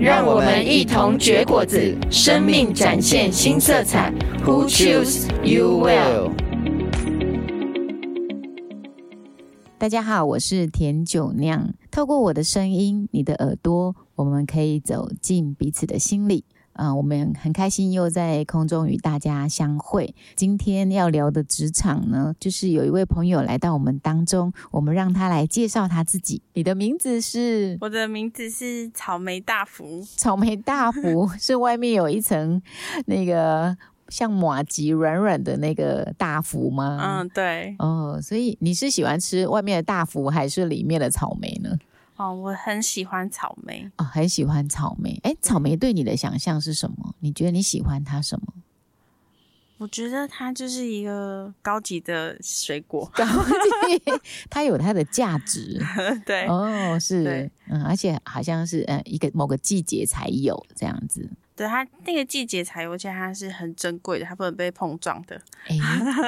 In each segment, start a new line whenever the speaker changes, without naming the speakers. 让我们一同结果子，生命展现新色彩。Who choose you will？
大家好，我是甜酒酿。透过我的声音，你的耳朵，我们可以走进彼此的心里。啊、我们很开心又在空中与大家相会。今天要聊的职场呢，就是有一位朋友来到我们当中，我们让他来介绍他自己。你的名字是
我的名字是草莓大福，
草莓大福 是外面有一层那个像马吉软软的那个大福吗？
嗯，对，
哦，所以你是喜欢吃外面的大福还是里面的草莓呢？
哦，我很喜欢草莓，
哦，很喜欢草莓。哎，草莓对你的想象是什么？你觉得你喜欢它什么？
我觉得它就是一个高级的水果，
高级，它有它的价值。
对，
哦，是
对，
嗯，而且好像是呃一个某个季节才有这样子。
对，它那个季节才有，而且它是很珍贵的，它不能被碰撞的。
哎，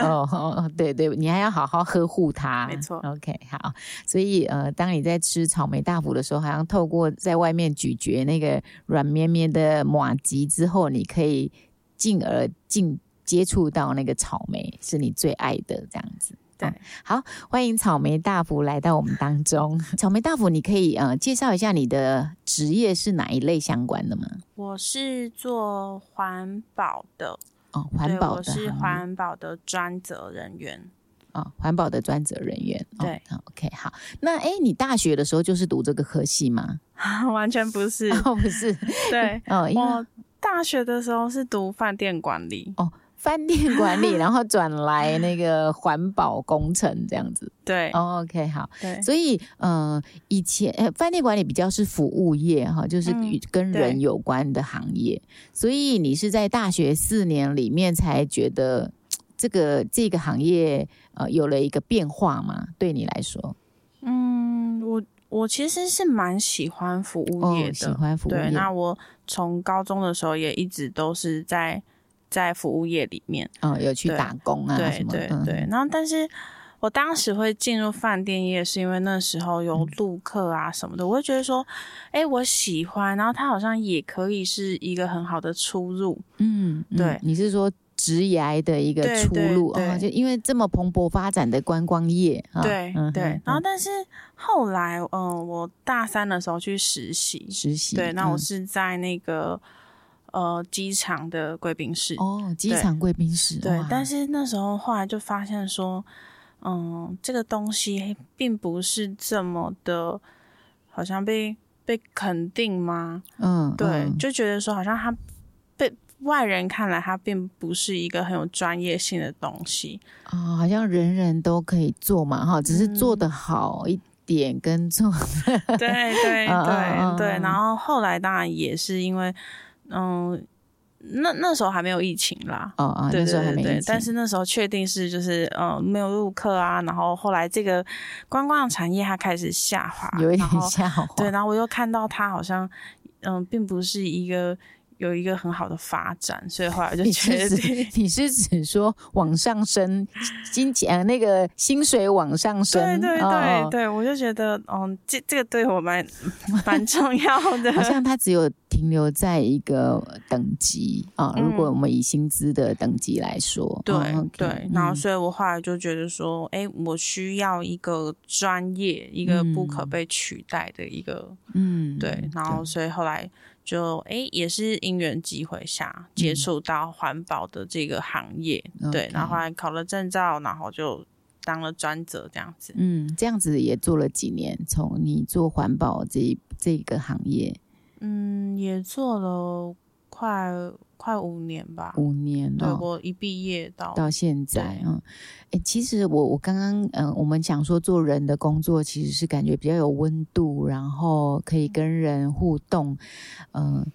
哦哦，对对，你还要好好呵护它，
没错
OK，好，所以呃，当你在吃草莓大福的时候，好像透过在外面咀嚼那个软绵绵的马吉之后，你可以进而进接触到那个草莓，是你最爱的这样子。
对
哦好，欢迎草莓大福来到我们当中。草莓大福，你可以呃介绍一下你的职业是哪一类相关的吗？
我是做环保的，
哦，环保
对，
的
我是
行业
环保的专责人员。
哦，环保的专责人员。哦
对
好，OK，好。那哎，诶你大学的时候就是读这个科系吗？
完全不是，
哦， 不是，。
对
哦，因为
我大学的时候是读饭店管理，
饭店管理，然后转来那个环保工程这样子。
对、
哦，OK，好。
对，
所以，呃，以前呃，饭店管理比较是服务业哈，就是
嗯
与跟
对
人有关的行业。所以你是在大学四年里面才觉得嘖这个这个行业呃有了一个变化吗？对你来说，
嗯，我我其实是蛮喜欢服务业
哦，
的，
喜欢服务业
对，，那我从高中的时候也一直都是在在服务业里面，
哦，有去
对
打工啊
对
什么的，
对
嗯
对。然后，但是我当时会进入饭店业，是因为那时候有
嗯
录客啊什么的，我会觉得说，哎，我喜欢，然后它好像也可以是一个很好的出入，
嗯，嗯
对
你是说职涯的一个
对
出路
对
啊、哦？就
对
因为这么蓬勃发展的观光业啊，
对、
嗯
对
哼。
然后，
嗯
但是后来，嗯、我大三的时候去实习，
实习，
对，那我
嗯
是在那个、呃机场的贵宾室，
哦，机
对
场贵宾室，
对
哇，
但是那时候后来就发现说，嗯，这个东西并不是这么的，好像被被肯定吗？
嗯，
对，
嗯
就觉得说好像它被外人看来，它并不是一个很有专业性的东 西。
哦，好像人人都可以做嘛，哈，只是做
嗯
的好一点跟做
对对对
嗯嗯嗯
对，
嗯
然后后来当然也是因为，嗯，那那时候还没有疫情啦，
哦哦，
对
那时候
对
还没
对
疫
对
情，，
但是那时候确定是就是呃没有入客啊，然后后来这个观光产业它开始下滑，
有一
然
点
后
下滑，
对， 然后我又看到它好像嗯、并不是一个有一个很好的发展，所以后来 我就
你
决
是
定
指你是指说往上升，金钱呃那个薪水往上
对
升，
对
哦哦
对对，我就觉得嗯这这个对我蛮蛮重要 的，
好像它只有停留在一个等级啊、
嗯
如果我们以薪资的等级来说，
对、
哦，OK，
对
嗯，
然后所以我后来就觉得说，哎、我需要一个专业，一个不可
嗯
被取代的一个。
嗯
对，然后所以后来就诶，也是因缘机会下接
嗯
触到环保的这个行业，对，然后后
OK
来考了证照，然后就当了专责这样子。
嗯，这样子也做了几年，从你做环保这一这个行业
嗯，也做了快快五年吧，
五年
对
哦。
我一毕业到
到现在，嗯，哎，其实我我刚刚，嗯、我们讲说做人的工作，其实是感觉比较有温度，然后可以跟人呃互动，嗯、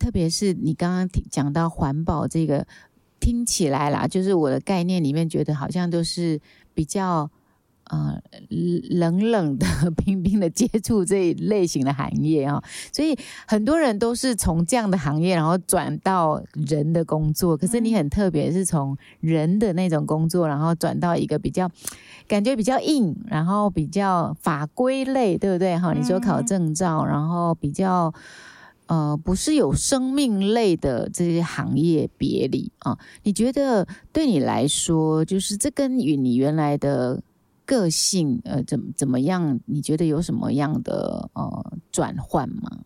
特别是你刚刚提讲到环保这个，听起来啦，就是我的概念里面觉得好像都是比较呃冷冷的、 冰冰的接触这一类型的行业啊、所以很多人都是从这样的行业，然后转到人的工作。可是你很特别，是从人的那种工作，然后转到一个比较感觉比较硬，然后比较法规类，对不对？哈，你说考
嗯
证照，然后比较。呃，不是有生命类的这些行业别里啊、你觉得对你来说，就是这跟与你原来的个性，呃，怎么怎么样？你觉得有什么样的呃转换吗？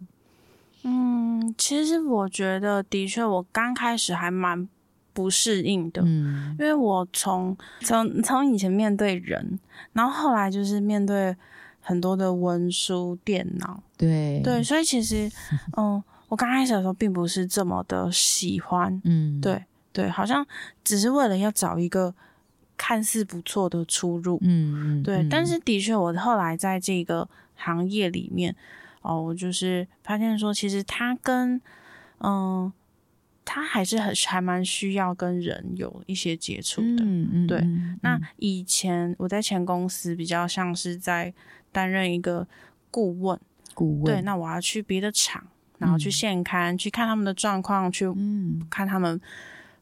嗯，其实我觉得的确，我刚开始还蛮不适应的，
嗯
因为我从从从以前面对人，然后后来就是面对很多的文书、电脑，
对
对，，所以其实， 嗯，我刚开始的时候并不是这么的喜欢，
嗯，
对对，好像只是为了要找一个看似不错的出入，
嗯，嗯
对，但
嗯
是的确，我后来在这个行业里面，哦，我就是发现说，其实它跟嗯，它还是很还蛮需要跟人有一些接触的。
嗯嗯，
对
嗯
那
嗯
以前我在前公司比较像是在担任一个顾问，
顾问
对，那我要去别的厂，然后去
嗯
现刊，去看他们的状况，去
嗯
看他们，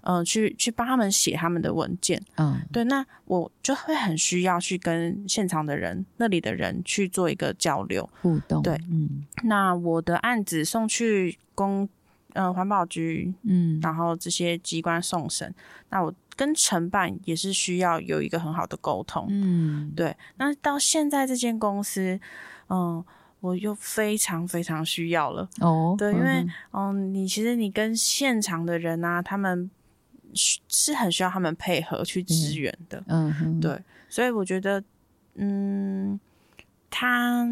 呃，去去帮他们写他们的文件。
啊
对，那我就会很需要去跟现场的人、那里的人去做一个交流。
互动
对
嗯
那我的案子送去公呃环保局，
嗯
然后这些机关送审，那我跟承办也是需要有一个很好的沟通。
嗯
对，那到现在这间公司，嗯，我又非常非常需要了。
哦
对因为
嗯
嗯，你其实你跟现场的人啊，他们需是很需要他们配合去支援的。
嗯哼
对所以我觉得，嗯，他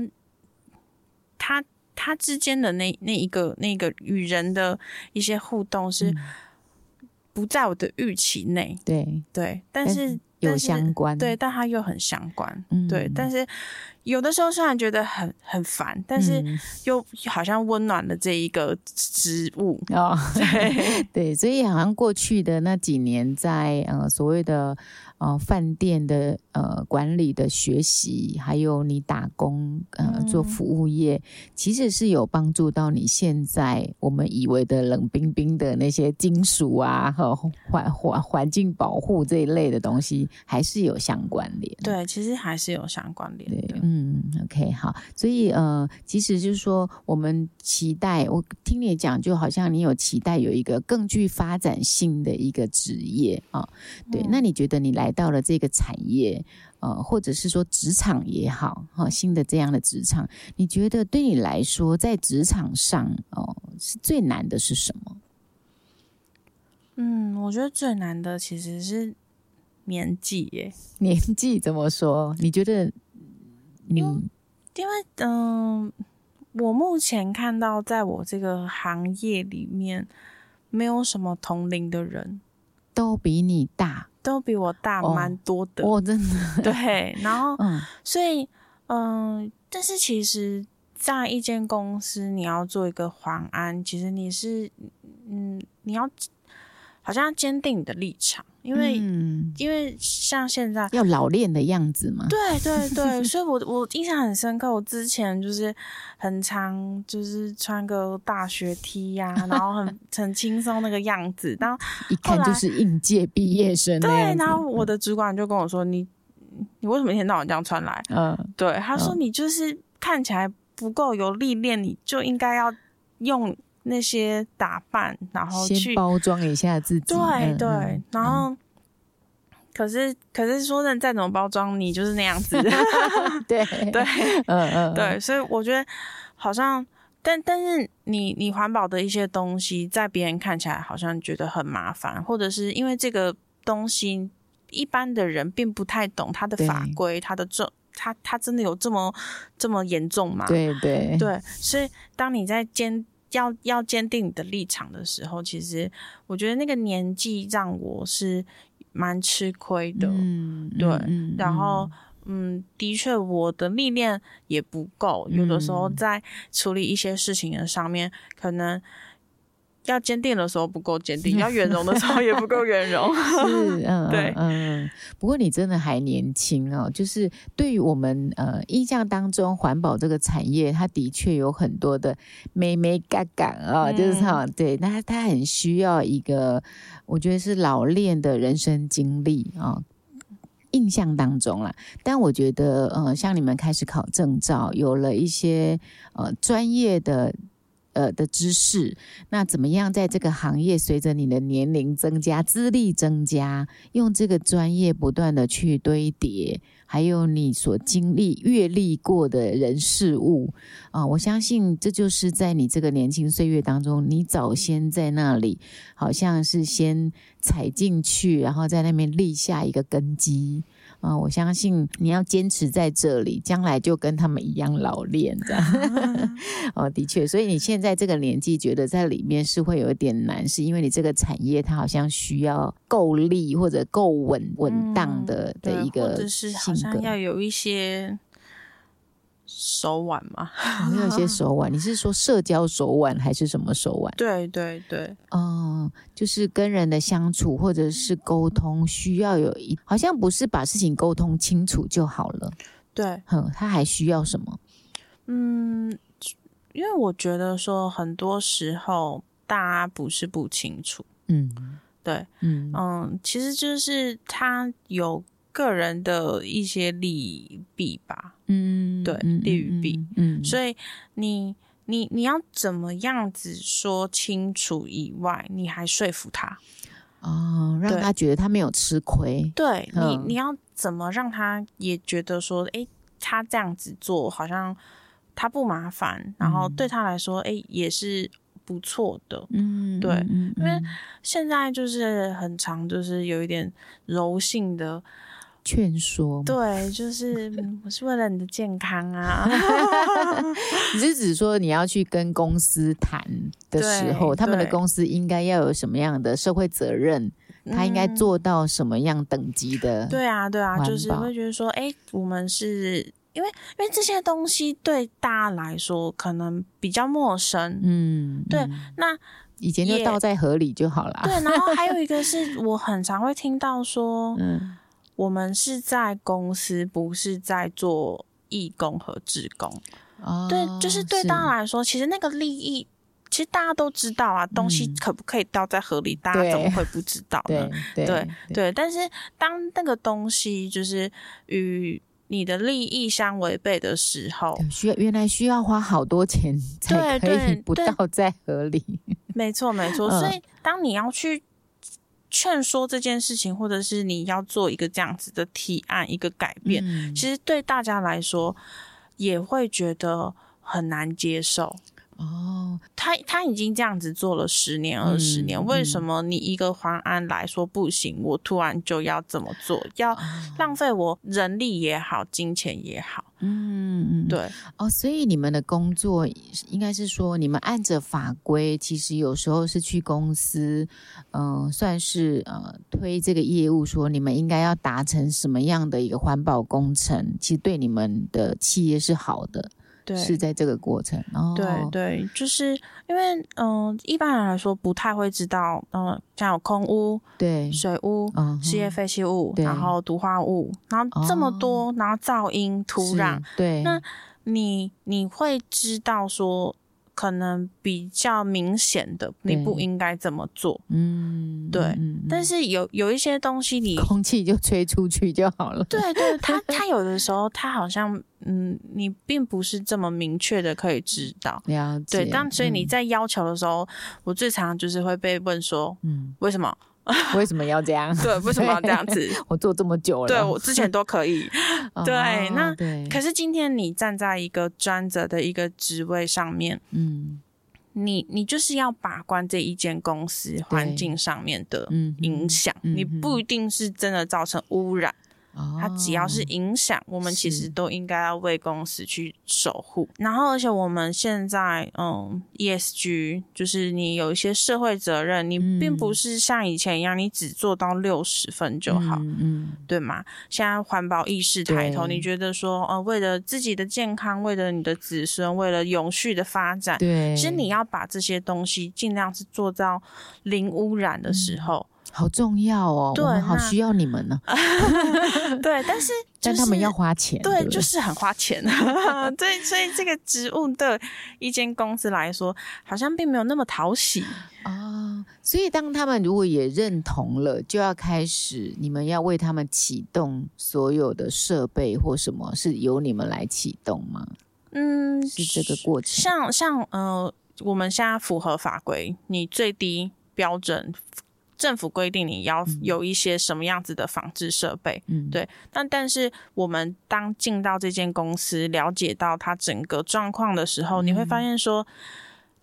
他他之间的那那一个那个与人的一些互动是
嗯
不在我的预期内，
对
对，但
但
是
有
但是
相关
对，但他又很相关，
嗯
对，但是有的时候虽然觉得很很烦，但是
嗯
又好像温暖了这一个植物，
哦，
对，
对，所以好像过去的那几年在，呃所谓的呃饭店的呃管理的学习，还有你打工呃做
嗯
服务业，其实是有帮助到你现在我们以为的冷冰冰的那些金属啊和环环环境保护这一类的东西，还是有相关联。
对，其实还是有相关
嗯
联
对
的，，
嗯，OK，好，所以呃，其实就是说，我们期待，我听你讲，就好像你有期待有一个更具发展性的一个职业啊、对，那你觉得你来到了这个产业，呃，或者是说职场也好，哈、新的这样的职场，你觉得对你来说，在职场上哦、是最难的是什么？
嗯，我觉得最难的其实是年纪耶。
年纪怎么说？你觉得你
因为嗯、我目前看到在我这个行业里面，没有什么同龄的人，
都比你大
都比我大
哦
蛮多的。
哦，真的，
对，然后
嗯
所以嗯、但是其实，在一间公司，你要做一个环安，其实你是嗯，你要好像要坚定你的立场，因为、
嗯
因为像现在
要老练的样子 嘛。
对对对，所以我我印象很深刻。我之前就是很常就是穿个大学 T 呀、然后很很轻松那个样子。然后
一看
后来
就是应届毕业生那
对，
样子。
然后我的主管就跟我说：“你你为什么一天到晚这样穿来
嗯？”
对，他说：“
嗯
你就是看起来不够有历练，你就应该要用那些打扮，然后
先
去
包装一下自己。
对
嗯
对
嗯，
然后。”可是，可是说真的，再怎么包装，你就是那样子。
嗯 对
对，，
嗯嗯，
对，所以我觉得好像，但但是你你环保的一些东西，在别人看起来好像觉得很麻烦，或者是因为这个东西一般的人并不太懂它的法
对
规，它的这它它真的有这么这么严重吗？
对对
啊对，所以当你在坚要要坚定你的立场的时候，其实我觉得那个年纪让我是蛮吃亏的。
嗯
对
嗯
然后
嗯，
嗯，的确，我的历练也不够，有的时候
嗯
在处理一些事情的上面，可能要坚定的时候不够坚定，要圆融的时候也不够圆融。
是，嗯，
对
嗯嗯。不过你真的还年轻哦，就是对于我们呃印象当中环保这个产业，它的确有很多的美美嘎嘎啊，就是哈、对，那它它很需要一个，我觉得是老练的人生经历啊、印象当中啦，但我觉得，呃，像你们开始考证照，有了一些呃专业的呃的知识，那怎么样在这个行业随着你的年龄增加、资历增加，用这个专业不断的去堆叠，还有你所经历、阅历过的人事物啊、我相信这就是在你这个年轻岁月当中，你早先在那里好像是先踩进去，然后在那边立下一个根基。啊、我相信你要坚持在这里，将来就跟他们一样老练这
啊
样。 哦，的确，所以你现在这个年纪，觉得在里面是会有一点难，是因为你这个产业它好像需要够力或者够稳稳当的、
嗯 对
的一
或
个
者是好
性
像
格，
要有一些手腕嘛。
好像有些手腕。你是说社交手腕还是什么手腕？
对对对，
哦，就是跟人的相处或者是沟通，需要有一好像不是把事情沟通清楚就好了。
对，
哼，他还需要什么？
嗯，因为我觉得说很多时候大家不是不清楚，
嗯
对，
嗯
嗯，其实就是他有个人的一些利弊吧，
嗯
对
嗯
利与弊，
嗯，嗯
所以你你你要怎么样子说清楚以外，你还说服他，
哦，让
对
他觉得他没有吃亏。
对你，
嗯
你要怎么让他也觉得说，诶，他这样子做好像他不麻烦，然后对他来说，诶，也是不错的。
嗯，
对
嗯，因
因为现在就是很常，就是有一点柔性
嗯
的，
劝说，，
对，就是嗯我是为了你的健康啊，
你是指说你要去跟公司谈的时候，
对
他们的
对
公司应该要有什么样的社会责任，他应该
嗯
做到什么样等级的？
对啊，对啊，
环
就是
保
会觉得说，哎、我们是因为因为这些东西对大家来说可能比较陌生，
嗯，嗯，
对那
以前就
也
倒在河里就好了。
对，然后还有一个是我很常会听到说，
嗯，
我们是在公司，不是在做义工和志工。
哦，
对，就是对大家来说，其实那个利益。其实大家都知道啊，东西
嗯是
可不可以倒在河里，大家怎么会不知道呢
对？对
对对，但是当那个东西就是与你的利益相违背的时候，
对需要原来需要花好多钱才
对
可以
对
不
对
倒在河里。
没错没错。
嗯
所以当你要去劝说这件事情，或者是你要做一个这样子的提案、一个改变，
嗯
其实 对大家来说也会觉得很难接受。
哦，
他他已经这样子做了十年、
嗯
二十年，为
嗯
什么你一个黄安来说不行，我突然就要这么做，要
哦
浪费我人力也好，金钱也好，
嗯，嗯，嗯
对
哦，所以你们的工作应该是说，你们按着法规，其实有时候是去公司，嗯、算是呃推这个业务，说你们应该要达成什么样的一个环保工程，其实对你们的企业是好的，
对
是在这个过程。哦，
对对，就是因为嗯、一般人来说不太会知道，嗯、像有空屋、
对
水屋。
嗯
事业废弃物，
对
然后毒化物，然后这么
哦
多，然后噪音、土壤，，
是对，
那你你会知道说，可能比较明显的，
对
你不应该这么做。
嗯，
对
嗯
但。
嗯
是有有一些东西你，
空气就吹出去就好了。
对对，他他有的时候他好像嗯，你并不是这么明确的可以知道。
了解。嗯
对，但所以你在要求的时候，我最常就是会被问说，
嗯，
为什么？
嗯为什么要这样？
对，为什么要这样子？
我做这么久了，
对我之前都可以，
哦
对那
对，
可是今天你站在一个专责的一个职位上面，
嗯
你你就是要把关这一间公司环境上面的
嗯哼
影响，
嗯哼
你不一定是真的造成污染，
哦
它只要是影响，我们其实都应该要为公司去守护。然后，而且我们现在，嗯，ESG 就是你有一些社会责任，你并
嗯
不是像以前一样，你只做到六十分就好，
嗯嗯
对吗？现在环保意识抬头，
对
你觉得说，呃，为了自己的健康，为了你的子孙，为了永续的发展，
对，
其实你要把这些东西尽量是做到零污染的
嗯
时候。
好重要哦，
对
我们好
那
需要你们呢，
对，但是、就
但
是、
他们要花钱，对
对，
不对，
就是很花钱。啊 对，所以这个职务对一间公司来说，好像并没有那么讨喜。
哦，所以当他们如果也认同了，就要开始你们要为他们启动所有的设备或什么，是由你们来启动吗？
嗯，
是这个过程？
像像呃，我们现在符合法规，你最低标准，政府规定你要有一些什么样子的防治设备。
嗯，
对那但是我们当进到这间公司，了解到它整个状况的时候，你会
嗯
发现说，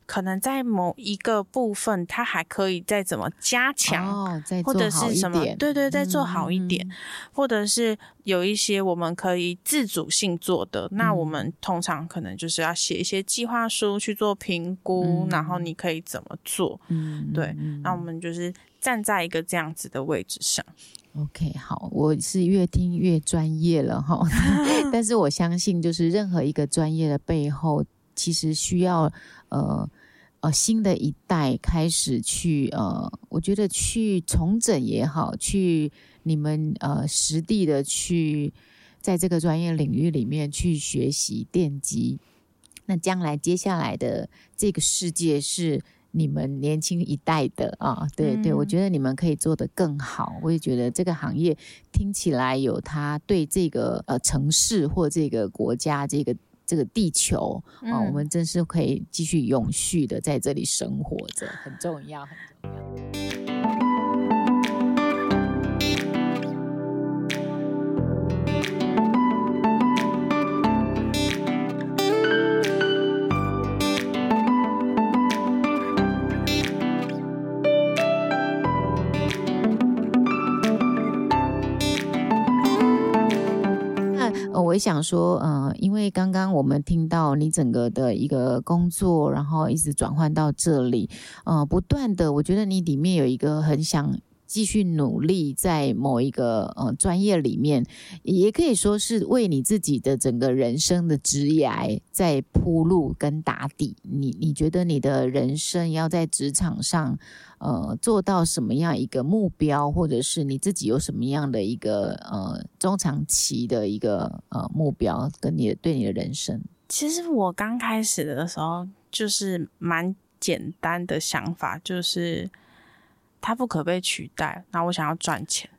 可能在某一个部分，它还可以再怎么加强。
哦，再
或
做
者
好
是
一
什么
点，，
对对，再做好一点，
嗯
或者是有一些我们可以自主性做的，那我们通常可能就是要写一些计划书去做评估，
嗯
然后你可以怎么做？
嗯，
对
嗯
那我们就是站在一个这样子的位置上，
嗯 OK，好，我是越听越专业了 哈，但是我相信，就是任何一个专业的背后，其实需要呃呃新的一代开始去呃，我觉得去重整也好，去你们呃实地的去在这个专业领域里面去学习奠基，那将来接下来的这个世界是你们年轻一代的啊，对对，
嗯
我觉得你们可以做得更好。我也觉得这个行业听起来有它对这个呃城市或这个国家这个。这个地球啊、
嗯
我们真是可以继续永续的在这里生活着，很重要。很重要那呃，我也想说，呃，因为刚刚我们听到你整个的一个工作，然后一直转换到这里，呃，不断的，我觉得你里面有一个很想。继续努力在某一个呃专业里面，也可以说是为你自己的整个人生的职涯在铺路跟打底。你你觉得你的人生要在职场上，呃，做到什么样一个目标，或者是你自己有什么样的一个呃中长期的一个呃目标，跟你的对你的人生，
其实我刚开始的时候就是蛮简单的想法，就是它不可被取代，那我想要赚钱。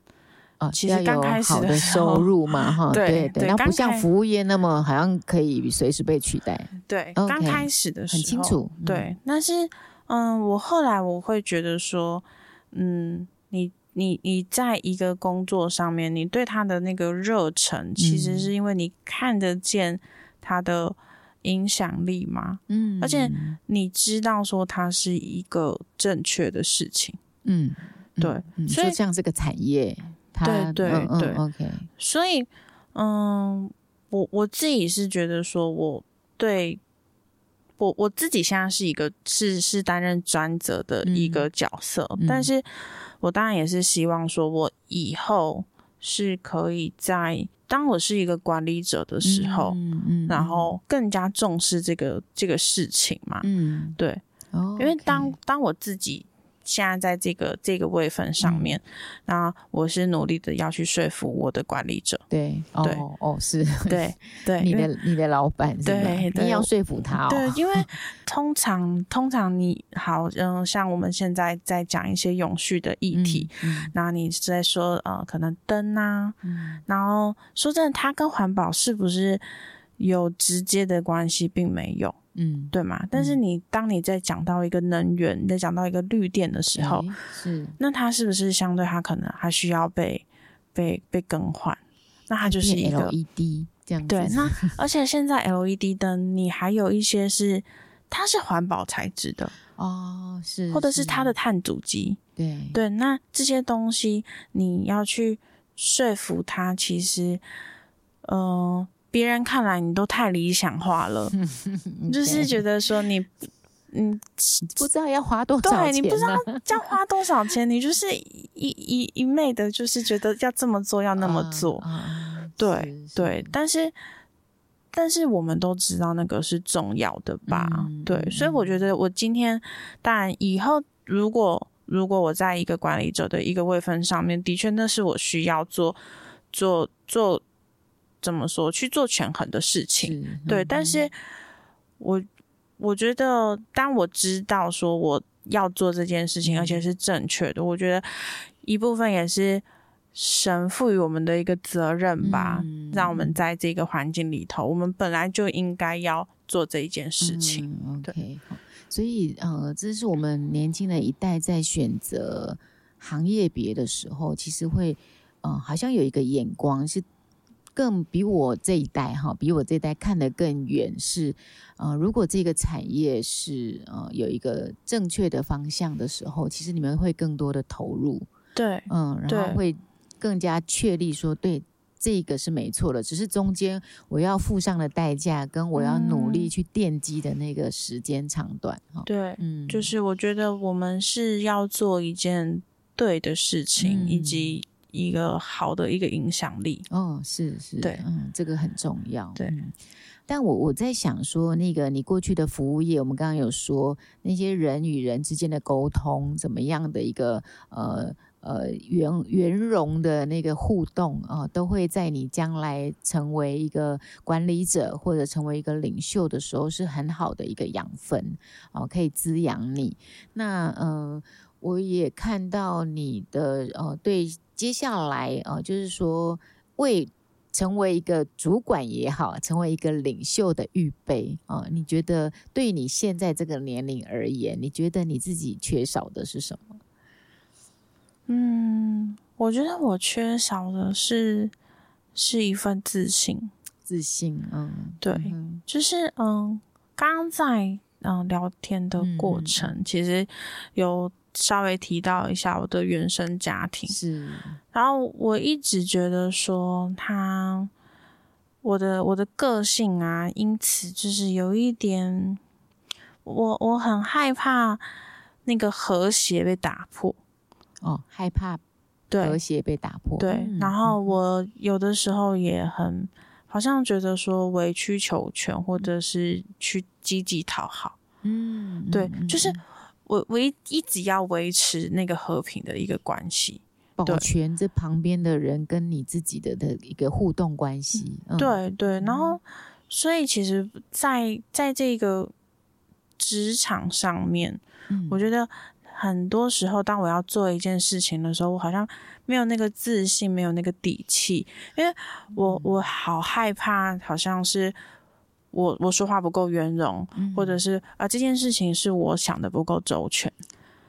啊，
其实
要有
刚开始
好
的
的
时
收
候
入嘛，哈，对
对对
那
刚
不像
开
服务业那么好像可以随时被取代，
对，
OK，
刚开始的时
很
候
清楚，嗯，
对，但是嗯，我后来我会觉得说，嗯，你你你在一个工作上面，你对他的那个热忱，其实
嗯
是因为你看得见他的影响力嘛，
嗯
而且你知道说它是一个正确的事情，
嗯，
对
嗯，嗯
所
就
以
像这个产业，它
对
嗯
对
嗯
对
，OK，
所以嗯，我我自己是觉得说我对。我我自己现在是一个是是担任专责的一个角色，
嗯
但是我当然也是希望说，我以后是可以在当我是一个管理者的时候，
嗯嗯，
然后更加重视这个这个事情嘛。
嗯，
对，
哦，，
因为当当我自己现在在这个这个位分上面，那我是努力的要去说服我的管理者
对哦哦是，
对 对，
你
因为
的你的老板是吧
对对
你要说服他哦，
对，因为通常通常你好，嗯、像我们现在在讲一些永续的议题，
嗯，
那、你是在说呃，可能灯啊，
嗯
然后说真的，它跟环保是不是有直接的关系，并没有，
嗯，
对吗？但是你当你在讲到一个能源，你在讲到一个绿电的时候，
诶是
那它是不是相对它可能还需要被被被更换？那它就是一
变
个
LED E 这样子，
对，那而且现在 LED 灯，你还有一些是它是环保材质的，
哦是，
或者是它的碳足迹。
对
对，那这些东西你要去说服他，其实，嗯、呃，别人看来你都太理想化了，
嗯
就是觉得 说你，嗯，
不知道要花多少钱、啊，
对你不知道要花多少钱，你就是一一一昧的，就是觉得要这么做，要那么做，
啊啊
对
是是
对，但是。但是我们都知道那个是重要的吧？
嗯
对，所以我觉得我今天，当然以后如果如果我在一个管理者的一个位分上面，的确那是我需要做做做怎么说去做权衡的事情。
是嗯
对，但是我我觉得，当我知道说我要做这件事情，而
嗯
且是正确的，我觉得一部分也是神赋予我们的一个责任吧，
嗯
让我们在这个环境里头，我们本来就应该要做这一件事情。
嗯、
对
OK，好所以呃，这是我们年轻的一代在选择行业别的时候，其实会呃，好像有一个眼光是更比我这一代哈，比我这一代看得更远是呃，如果这个产业是呃有一个正确的方向的时候，其实你们会更多的投入，
对
嗯，然后
对
会更加确立说对。这个是没错的，只是中间我要付上的代价，跟我要努力
嗯
去奠基的那个时间长短，哈、
对，
嗯，
就是我觉得我们是要做一件对的事情，
嗯
以及一个好的一个影响力。
哦，是是，
对
嗯，这个很重要，
对
嗯但我我在想说，那个你过去的服务业，我们刚刚有说那些人与人之间的沟通，怎么样的一个呃呃圆圆融的那个互动啊、呃都会在你将来成为一个管理者或者成为一个领袖的时候，是很好的一个养分哦、可以滋养你。那呃，我也看到你的呃，对接下来呃，就是说为成为一个主管也好，成为一个领袖的预备啊、呃你觉得对你现在这个年龄而言，你觉得你自己缺少的是什么？
嗯，我觉得我缺少的是是一份自信，
自信，嗯，
对
嗯
就是嗯，刚刚在嗯聊天的过程，其实有稍微提到一下我的原生家庭，
是，
然后我一直觉得说他我的我的个性啊，因此就是有一点，我我很害怕那个和谐被打破，
哦，害怕
对
和，谐被打破，
对
嗯，
然后我有的时候也很，好像觉得说委曲求全，或者是去积极讨好。
嗯，
对
嗯
就是
嗯
我我一一直要维持那个和平的一个关系，
嗯保
对
全这旁边的人跟你自己的的一个互动关系，嗯、
对对，然后所以其实在，在这个职场上面，
嗯，
我觉得很多时候，当我要做一件事情的时候，我好像没有那个自信，没有那个底气，因为
嗯
我我好害怕，好像是我我说话不够圆融，
嗯
或者是啊、这件事情是我想的不够周全。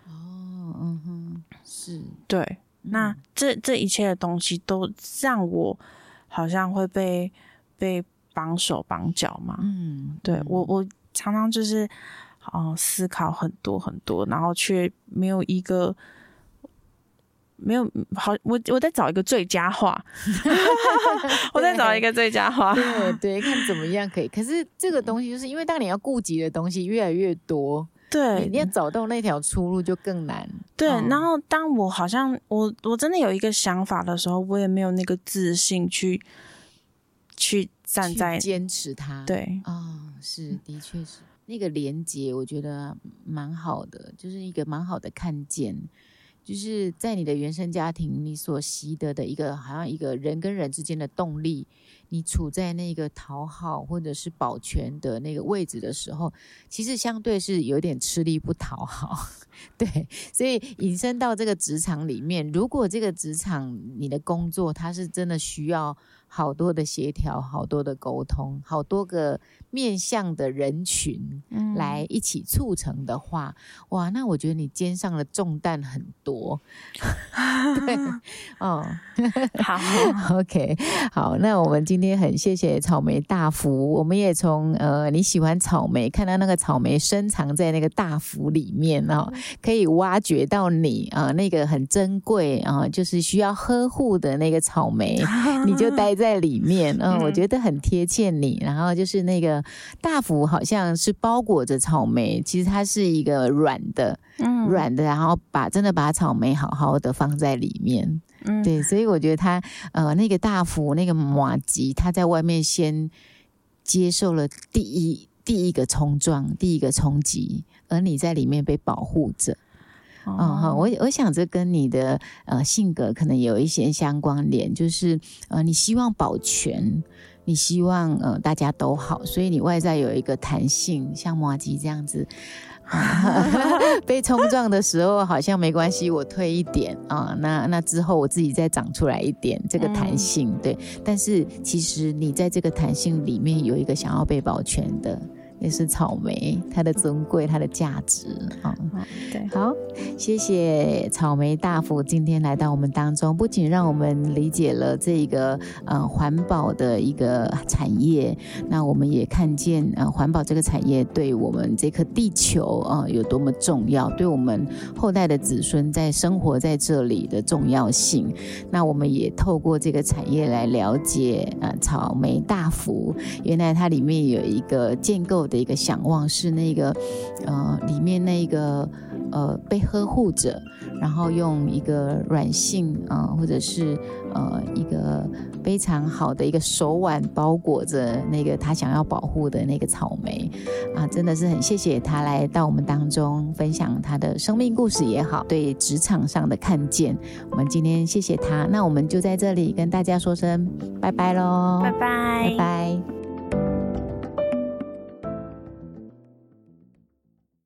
哦，嗯哼，是，
对，那
嗯
这这一切的东西都让我好像会被被绑手绑脚嘛。
嗯，
对
嗯
我， 我常常就是，嗯、思考很多很多，然后却没有一个，没有好，我我在找一个最佳化，我在找一个最 佳化，
对 对，看怎么样可以。可是这
嗯
个东西，就是因为当你要顾及的东西越来越多，你
对
你要找到那条出路就更难。
对。
嗯
然后当我好像我我真的有一个想法的时候，我也没有那个自信去去站
去
在
坚持它，
对
啊、是，的确是那个连接，我觉得蛮好的，就是一个蛮好的看见。就是在你的原生家庭，你所习得的一个好像一个人跟人之间的动力，你处在那个讨好或者是保全的那个位置的时候，其实相对是有点吃力不讨好， 对，所以引申到这个职场里面，如果这个职场你的工作它是真的需要好多的协调、好多的沟通、好多个面向的人群
嗯
来一起促成的话，哇，那我觉得你肩上的重担很多。对，哦哦
好。
，OK，好，那我们今今天很谢谢草莓大福，我们也从呃你喜欢草莓，看到那个草莓深藏在那个大福里面哦，可以挖掘到你啊、呃那个很珍贵啊、呃就是需要呵护的那个草莓，你就待在里面。嗯，我
嗯
觉得很贴切你。然后就是那个大福好像是包裹着草莓，其实它是一个软的，
嗯
软的，然后把真的把草莓好好的放在里面。
嗯，
对，所以我觉得他呃那个大福那个马吉，他在外面先接受了第一第一个冲撞，第一个冲击，而你在里面被保护着。嗯哈、我我想这跟你的呃性格可能有一些相关联，就是呃你希望保全，你希望呃大家都好，所以你外在有一个弹性，像马吉这样子。 啊被冲撞的时候好像没关系，我退一点啊、那那之后我自己再长出来一点，这个弹性、对。但是其实你在这个弹性里面有一个想要被保全的，那是草莓，它的珍贵，它的价值啊。
对，
好，谢谢草莓大福今天来到我们当中，不仅让我们理解了这个呃环保的一个产业，那我们也看见呃环保这个产业对我们这颗地球啊、呃有多么重要，对我们后代的子孙在生活在这里的重要性。那我们也透过这个产业来了解呃草莓大福，原来它里面有一个建构的一个想望是那个呃里面那个。呃被呵护者，然后用一个软性啊、呃或者是呃一个非常好的一个手腕包裹着那个他想要保护的那个草莓啊，真的是很谢谢他来到我们当中分享他的生命故事也好，对职场上的看见，我们今天谢谢他，那我们就在这里跟大家说声拜拜喽，
拜拜
拜拜